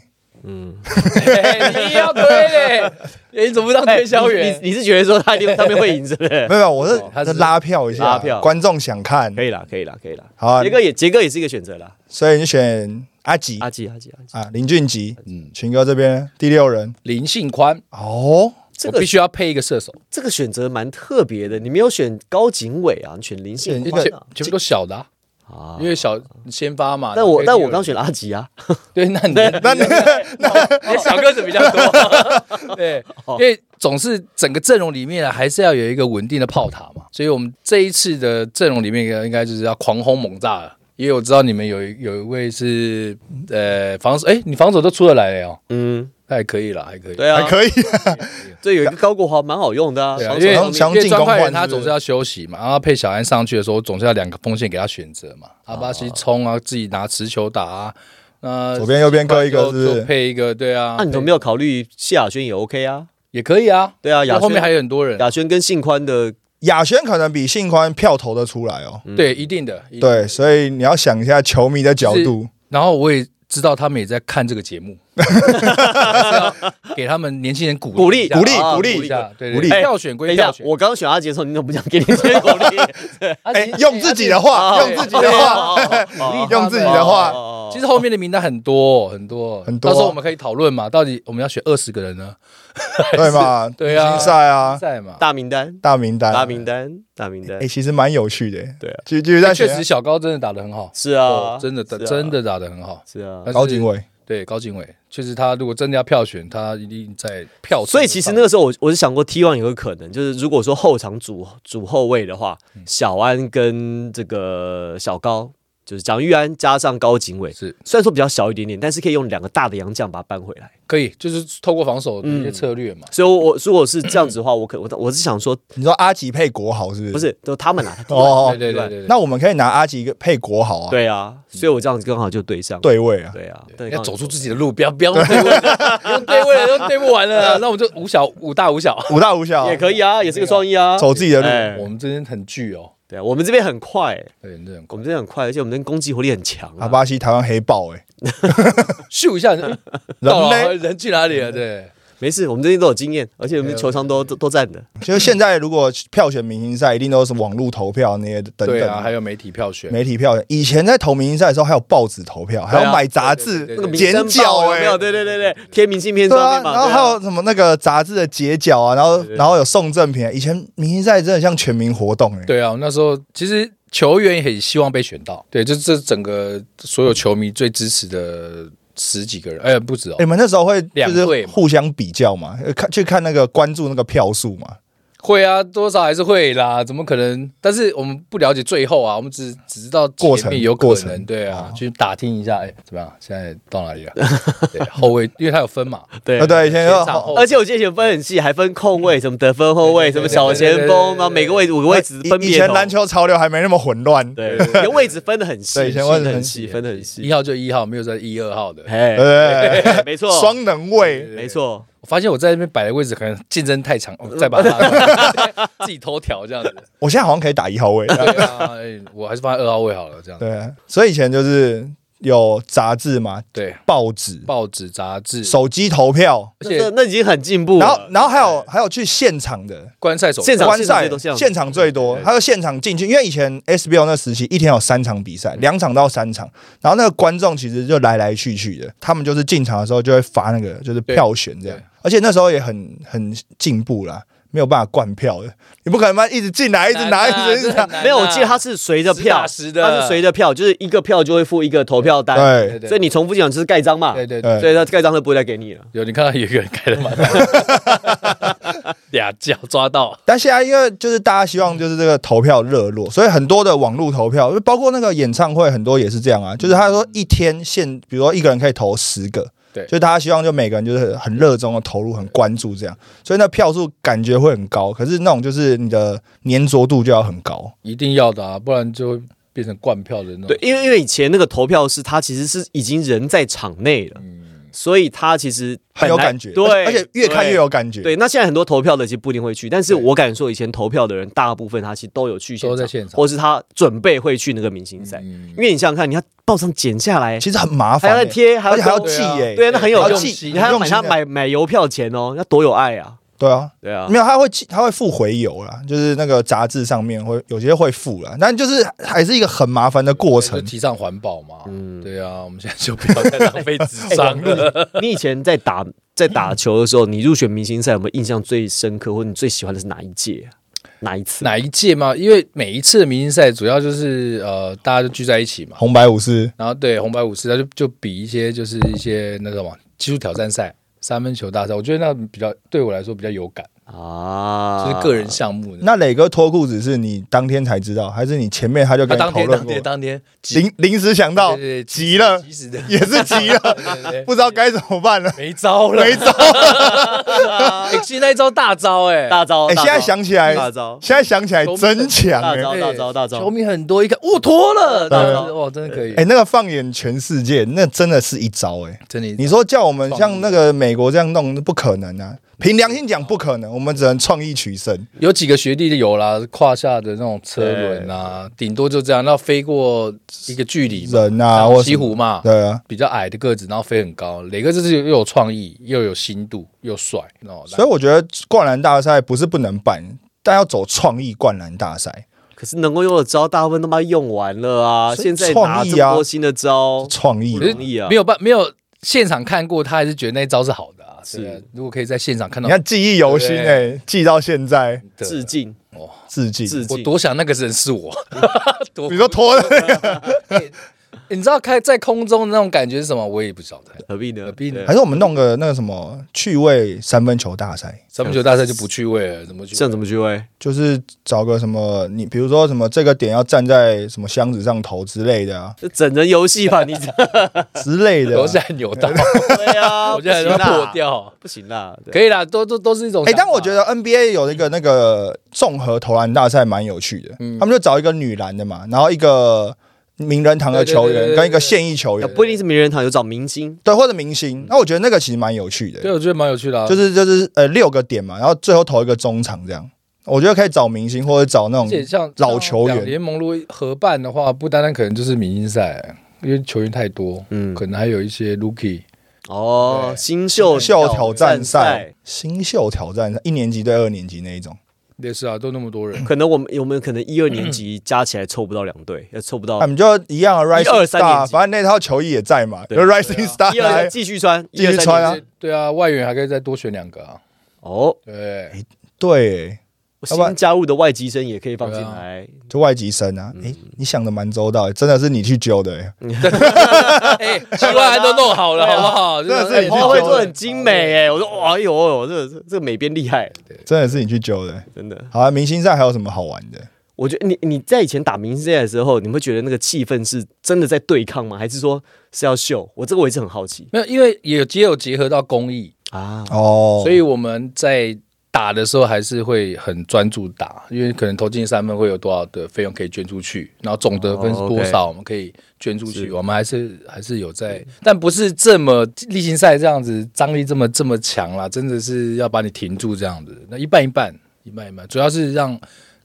你要推嘞， 哎你怎么不当推销员？
你你你是觉得说他一定他们会赢是不是？
没有没有，我是
哦他是
拉票一下，
拉票
观众想看
可，以啦，可以啦，可以啦。
好啊
杰哥也杰哥也是一个选择啦。
所以你选阿吉
阿吉阿吉阿吉，
啊，林俊杰，
嗯，
群哥这边第六人
林信宽，
哦。
这
我
个
必须要配一个射手，
这个选择蛮特别的，你没有选高警伟啊，你选林信
选一
前
个
宽啊
全部都小的啊，
啊
因。为小先发嘛。
但我
你可以
但
第
我
二
刚选了阿吉啊，
对，那你那你那小个子比较多，对，因为总是整个阵容里面啊还是要有一个稳定的炮塔嘛，所以我们这一次的阵容里面应该应该就是要狂轰猛炸了。因为我知道你们有一有一位是呃防守，哎，你防守都出得来了哦，
嗯，
那还可以啦，还可以。
对
还
啊，
可以，
这有一个高国华蛮好用的啊，
对啊，
防
因
守
为
强强
因为
进
砖
攻
块
换
人
是不是
他总是要休息嘛，然后配小安上去的时候，总是要两个锋线给他选择嘛。阿巴西冲啊，自己拿持球打啊，那
哦左边右边各一个
就是
不是？
配一个，对啊，
那你怎么没有考虑谢亚轩也 OK 啊？
也可以啊。
对啊，亚
那后面还
轩
有很多人，
亚轩跟信宽的
亚轩可能比信宽票投得出来哦。
嗯
对，一定的。一定的
对，所以你要想一下球迷的角
就是
度，
然后我也知道他们也在看这个节目，给他们年轻人鼓
鼓励
一下
鼓励
啊
鼓励
一下，对
鼓
对
励
对，
哎
票选
等
归
一
票
下，
选，
我刚刚选阿杰的时候，你怎么不讲给你这些鼓励？
啊
哎
其实，
用自己的话，
啊
用自己的
好
话，
好好好
鼓励
用自己的话，
啊哦
其实后面的名单很多很多
很多
到时候我们可以讨论嘛，到底我们要选二十个人呢？
对 嘛？
对啊
明星赛啊，
在嘛？
大名单，
大名单，
大名单，大名单
哎，，其实蛮有趣的。
对啊，
就就是在
确
选
实小高真的打得很好，
是啊
哦，真的打
是啊
真的打得很好。
是啊
但。是
高景伟，
对高景伟，确实他如果真的要票选，他一定在票。
哦所以其实那个时候我我是想过 T one 有个可能，就是如果说后场主主后卫的话，小安跟这个小高，就是蒋玉安加上高景伟，
是
虽然说比较小一点点，但是可以用两个大的洋将把它扳回来。
可以，就是透过防守的一些策略嘛。
所以我，我如果是这样子的话，我可我我是想说，
你说阿吉配国豪是不是？
不，是都他们啦，他们
哦，
对对对
对
对对，
那我们可以拿阿吉配国豪啊，
对啊，所以我这样子刚好就对上，
对位啊，
对啊，对，
要
刚好
走出自己的路，不要不要对位了，不用对位了，都对不完了。那我们就五小五大五小。
五大五小
也可以啊，也是个创意啊，
走自己的路，
哎
我们这边很巨哦，
对啊，我们这边很快，
对，这很
我
快，
们这边很快，而且我们这边攻击火力很强
阿
啊。
巴西台湾黑豹哎，
咻一下，哎 到
人
了
嘞？
人去哪里了？对，
没事，我们这边都有经验，而且我们球场都都都占的。
其实现在如果票选明星赛，一定都是网络投票那些等
对
等
啊，还
的。
有媒体票选，
媒体票选，以前在投明星赛的时候还有报纸投票，还
对
要
啊
买杂
对
志
对对对那个
民生
剪
报
角
有
哎
没，有？对对对对，贴明信片
对
上
啊，
面嘛。
然后还有什么那个杂志的截角啊，然后
对对
然后有送赠品啊。以前明星赛真的像全民活动哎，
对啊，那时候其实球员也很希望被选到，对，就是这整个所有球迷最支持的十几个人，哎、不止哦，
你们那时候会就
两队
是
嘛
互相比较嘛，呃看去看那个关注那个票数嘛。
会啊，多少还是会啦，怎么可能？但是我们不了解最后啊，我们只只知道
过程
前面有
过
可
程
能，对啊，去打听一下，哎、怎么样？现在到哪里了？对，后卫，因为他有分嘛，
对
啊，对，以嗯前
前场
说
后
而且我记得以前分很细，还分控卫、什么得分后卫、什么小前锋，然后每个位置五个位置分
以以
别
前
投。
篮球潮流还没那么混乱，
对，对对位置分的很细，
对以前位
分
置
的
很
很
细
细，分的很
一
细。
号就一号，没有在一二号的。
哎，
对，
没错，
双能位，
没错，
我发现我在那边摆的位置可能竞争太强，我再把它 自己头条这样子。
我现在好像可以打一号位。
对啊，哎我还是放在二号位好了，这样。
对，所以以前就是有杂志嘛，
对，
报纸、
报纸、杂志，
手机投票，
而
那
且
那已经很进步
然后
了。
然后还有还有去现场的。
观赛手
现场
观赛
最多现场
现场最多，还有现场进去，因为以前 SBL 那时期一天有三场比赛，两场到三场，然后那个观众其实就来来去去的，他们就是进场的时候就会罚那个就是票选这样
对对，
而且那时候也很很进步啦，没有办法灌票的，你不可能嘛一直进来一直拿一
啊
直一直拿，
没有，我记得它是随着票，
实打实的
它是随着票，就是一个票就会付一个投票单，
对
所以你重复进场就是盖章嘛，
对对对，
对
所以他盖章就不会再给你了。
有你看到有一个人开了吗？ 俩脚抓到，
但现在因为就是大家希望就是这个投票热络，所以很多的网络投票，包括那个演唱会，很多也是这样
嗯
啊。就是他说一天限，比如说一个人可以投十个，
对
就是大家希望就每个人就是很热衷的投入、很关注这样，所以那票数感觉会很高。可是那种就是你的粘着度就要很高，
一定要的啊，不然就会变成灌票的
嗯
那种。
对，，因为因为以前那个投票是他其实是已经人在场内了，所以他其实
嗯很有
本来
感觉，
对，
而且越看越
对
有感觉。
对，那现在很多投票的其实不一定会去，但是我敢说，以前投票的人大部分他其实都有去现
都
场，
在现场
或是他准备会去那个明星赛，因为你想想看，你要报上剪下来，
嗯其实很麻
还
烦、
要再
欸，
贴，还
而且还要
勾
寄
对啊
耶、
对，那很
还
有
要
用
寄
心
你还要买
很用心
他
的啊
买买邮票钱哦，那多有爱啊！
对啊。
对啊，
没有，他会寄，他会附回邮啦，就是那个杂志上面会有些会附啦，但就是还是一个很麻烦的过
就
程。
提倡环保嘛。
嗯
对啊，我们现在就不要再浪费纸 张了。
你以前在打在打球的时候，你入选明星赛有没有印象最深刻，或者你最喜欢的是哪一届啊、哪一次？
哪一届嘛？因为每一次的明星赛主要就是呃，大家就聚在一起嘛，
红白武士，
然后对红白武士，他就就比一些就是一些那个什么技术挑战赛、三分球大赛，我觉得那比较对我来说比较有感，
啊，
就是个人项目的。
那磊哥脱裤子是你当天才知道，还是你前面他就
他
跟你
啊当
讨
天
论
当
过
天？当天
临临时想到
对对，对
急了，
及时的，
也是急了，
对对对
不知道该怎么办了。
没招了，
没
招。哎，其实那一招大招 哎，
大招。
哎，
大
现在
招
想起来，
大招，
现在想起来真强
大
哎！
招，
哎
大招，大
球
招。
迷很多，一看我脱了，
对
这
啊
样子哇，真的可以
哎，，那个放眼全世界，那真的是一招哎。
真的。
你说叫我们像那个美国这样弄，不可能啊！凭良心讲，不可能。我们只能创意取胜。
有几个学弟就有啦，胯下的那种车轮啊，顶多就这样，那飞过一个距离嘛，
人啊，
像
或
西湖嘛，
对啊，
比较矮的个子，然后飞很高。磊哥这是又有创意，又有深度，又帅，哦然后
所以我觉得灌篮大赛不是不能办，但要走创意灌篮大赛，
可是能够用的招，大部分都妈用完了啊！
所以
现在
创
拿
意
这么
啊
多新的
哦
招，
创意
不容易啊
没！有办没有现场看过，他还是觉得那一招是好的啊。是啊，如果可以在现场看到
你，看记忆犹新
对
哎，记到现在，
对
致敬，
致敬。
致
我
敬。
多想那个人是 我。多
你，说脱了，
你知道开在空中的那种感觉是什么？我也不晓得。
何必呢？
何必呢
对啊
还是我们弄个那个什么趣味三分球大赛？
三分球大赛就不趣味了，怎么去
这？样怎么去喂？
就是找个什么，你比如说什么这个点要站在什么箱子上投之类的啊
这整人游戏吧，你这
之类的啊、
都是在扭到，
对啊，
我觉得
不行
很
啦
破，掉。
不行啦。对
可以啦，都都都是一种
哎、
想法。
但我觉得 NBA 有一个那个综合投篮大赛蛮有趣的，他们就找一个女篮的嘛，然后一个名人堂的球
对对对
员
对
跟一个现役球员，
不一定是名人堂，有找明星，
对或者明星，那我觉得那个其实蛮有趣的，
对，我觉得蛮有趣的啊。
就是就是呃六个点嘛，然后最后投一个中场这样，我觉得可以找明星或者找那
而且
种
像
老球员
像联盟如果合办的话，不单单可能就是明星赛，因为球员太多，
嗯，
可能还有一些 rookie。
哦，
对
新秀
秀挑战赛，、新秀挑战赛，一年级对二年级那一种，
也是啊，都那么多人，
可能我们我们可能一二年级加起来凑不到两队，也凑不到
他们就一样啊
哦一二
Rising
三年
Star，
级
反正那套球衣也在嘛，
对
有 Rising
一
Star
二
来
继续穿，
继续
一二三
穿啊
年级
对啊，外援还可以再多选两个啊。
哦，
对，
对、要不然
新加入的外籍生也可以放进来，
就外籍生啊，哎、你想的蛮周到、真的是你去揪的、欸。
哎，奇怪还都弄好了，好不好？
真的是
哎
已经
花
哦
卉
会
做得很精美哎，我说哇哎呦哎呦，这这这美编厉害，
真的是你去揪的。
真的。
好啊，明星赛还有什么好玩的？
我觉得你你在以前打明星赛的时候，你会觉得那个气氛是真的在对抗吗？还是说是要秀？我这个我一直很好奇
没有，因为也有也有结合到公益，
啊。
哦，
所以我们在打的时候还是会很专注打，因为可能投进三分会有多少的费用可以捐出去，然后总得分是多少我们可以捐出
哦
去，
是
我们还是还是有在，但不是这么例行赛这样子张力这么这么强啦，真的是要把你停住这样子，那一半一半一半一半，主要是让。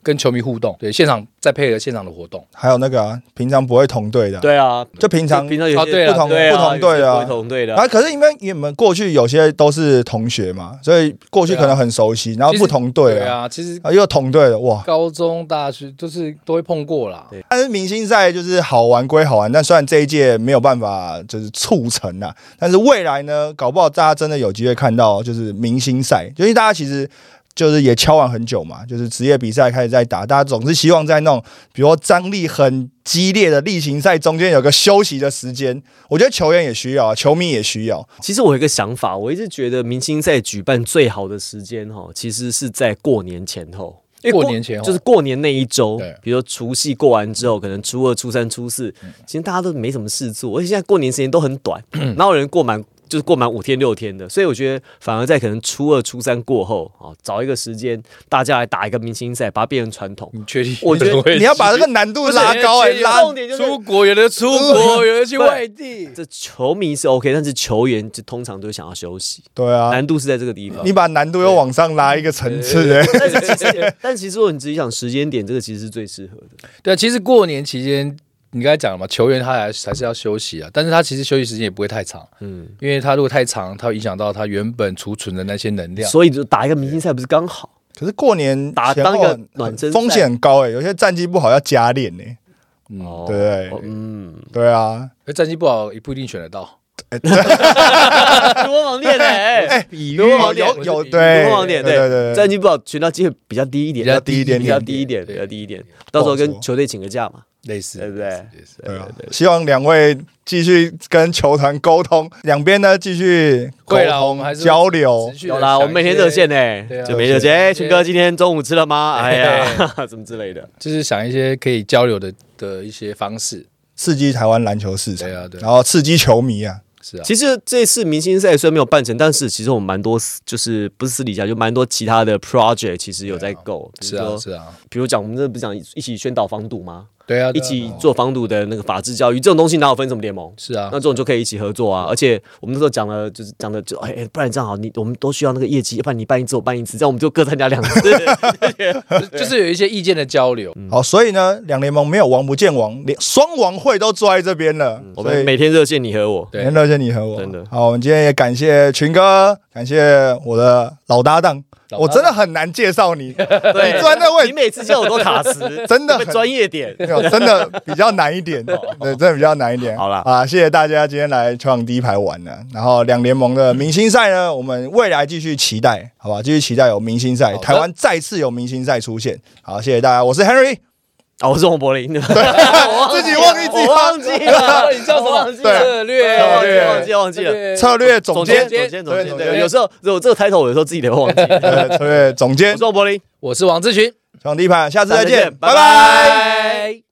跟球迷互动，对现场再配合现场的活动，
还有那个啊，平常不会同队的啊、
对啊，
就平常
平常有
哦
些
对啊
不同
对啊
不同队
有
的啊，
些
不
不
同队的
啊，可是因为你们过去有些都是同学嘛，所以过去可能很熟悉，然后不同队啊，
啊，其实
啊又同队了哇。
高中、大学就是都会碰过啦。
但是明星赛就是好玩归好玩，但虽然这一届没有办法就是促成啊，但是未来呢，搞不好大家真的有机会看到就是明星赛，就因为大家其实。就是也敲完很久嘛，就是职业比赛开始在打，大家总是希望在那种比如说张力很激烈的例行赛中间有个休息的时间。我觉得球员也需要啊，球迷也需要。
其实我有一个想法，我一直觉得明星赛举办最好的时间哈，其实是在过年前后。因为
过年前后哦
就是哎过年那一周
对，
比如说除夕过完之后，可能初二、初三、初四，其实大家都没什么事做，而且现在过年时间都很短，哪有人过满就是过满五天六天的？所以我觉得反而在可能初二、初三过后啊，找一个时间大家来打一个明星赛，把它变成传统。
你确定？
我觉 得
你要把这个难度拉高哎、
不是
拉
重点就是
出国，有的出国，有的去外地。
这球迷是 OK，但是球员就通常都想要休息，
对啊，
难度是在这个地方。
你把难度又往上拉一个层次哎、
但是其实，但其实如果你自己想时间点，这个其实是最适合的。
对，其实过年期间，你刚才讲了嘛，球员他还还是要休息啊，但是他其实休息时间也不会太长，
嗯，
因为他如果太长，他会影响到他原本储存的那些能量。
所以就打一个明星赛不是刚好？
可是过年
打
前后
当一个
很
暖身赛
风险很高哎、有些战绩不好要加练哎、
哦
对不对
哦嗯，
对啊，
而战绩不好也不一定选得到。
多网恋哎，
比
如果
有有有对
多网恋
哎对对对对
战绩不好，选到机会比较低一点，
比较
低一点
比较
点
低一点，
对
比较低一点。到时候
不好
跟
说
球队请个假嘛，
类似，
对不对
类似类似
对啊
对，
希望两位继续跟球团沟通，两边呢继续沟
会啦我
通
们还是会
交流
持。续地
有啊啦，
想
我们每天热线
一些，
哎
对啊，
就没热线。哎，群哥今天中午吃了吗？哎呀，
对
什么之类的。
就是想一些可以交流的的一些方式。
刺激台湾篮球市场
对，啊，对
然
啊，
后刺激球迷啊，
是啊。
其实这次明星赛虽然没有办成，但是其实我们蛮多私，就是不是私底下，就蛮多其他的 project，其实有在
对啊
够。比如
是啊，
说
是啊，
比如讲，我们这不是讲一起宣导防堵吗？
对啊，
一
对啊
起做防堵的那个法治教育，这种东西哪有分什么联盟？
是啊
那，这种就可以一起合作啊。而且我们那时候讲了，就是讲的就哎、哎不然这样好，你我们都需要那个业绩，要不然你办一次我办一次，这样我们就各参加 两次。
就是有 一些意见的交流。
嗯
好，所以呢，两联盟没有王不见王，连双王会都坐在这边了。
嗯
我
所
们
以
每天热线你和我，
对
很热谢你和我，
真的
好，我们今天也感谢群哥，感谢我的老搭档，
搭档
我真的很难介绍你，
对，
你坐在那位
你每次叫我都卡词，
真的
会不会专业 点。
没有真的比较难一点，对，真的比较难一点。
好啦
啊，谢谢大家今天来球场第一排玩了。然后两联盟的明星赛呢，我们未来继续期待，好吧？继续期待有明星赛，
的
台湾再次有明星赛出现。好，谢谢大家，我是 Henry，
哦，我是洪柏林，
自己忘记自己
我忘记了，
啊你叫什么
忘记了
策略？
忘记了忘记了忘记了。
略
策略总
总
监
监，
对
总监，总
对
监，
总
对，
监
有时候有这个 title，有时候自己都会忘记。
呃策略总监，
我是
球
洪柏林，
我是王志群，
场第一排，下次再
下次再
见，
见
拜
拜
拜
拜。
拜。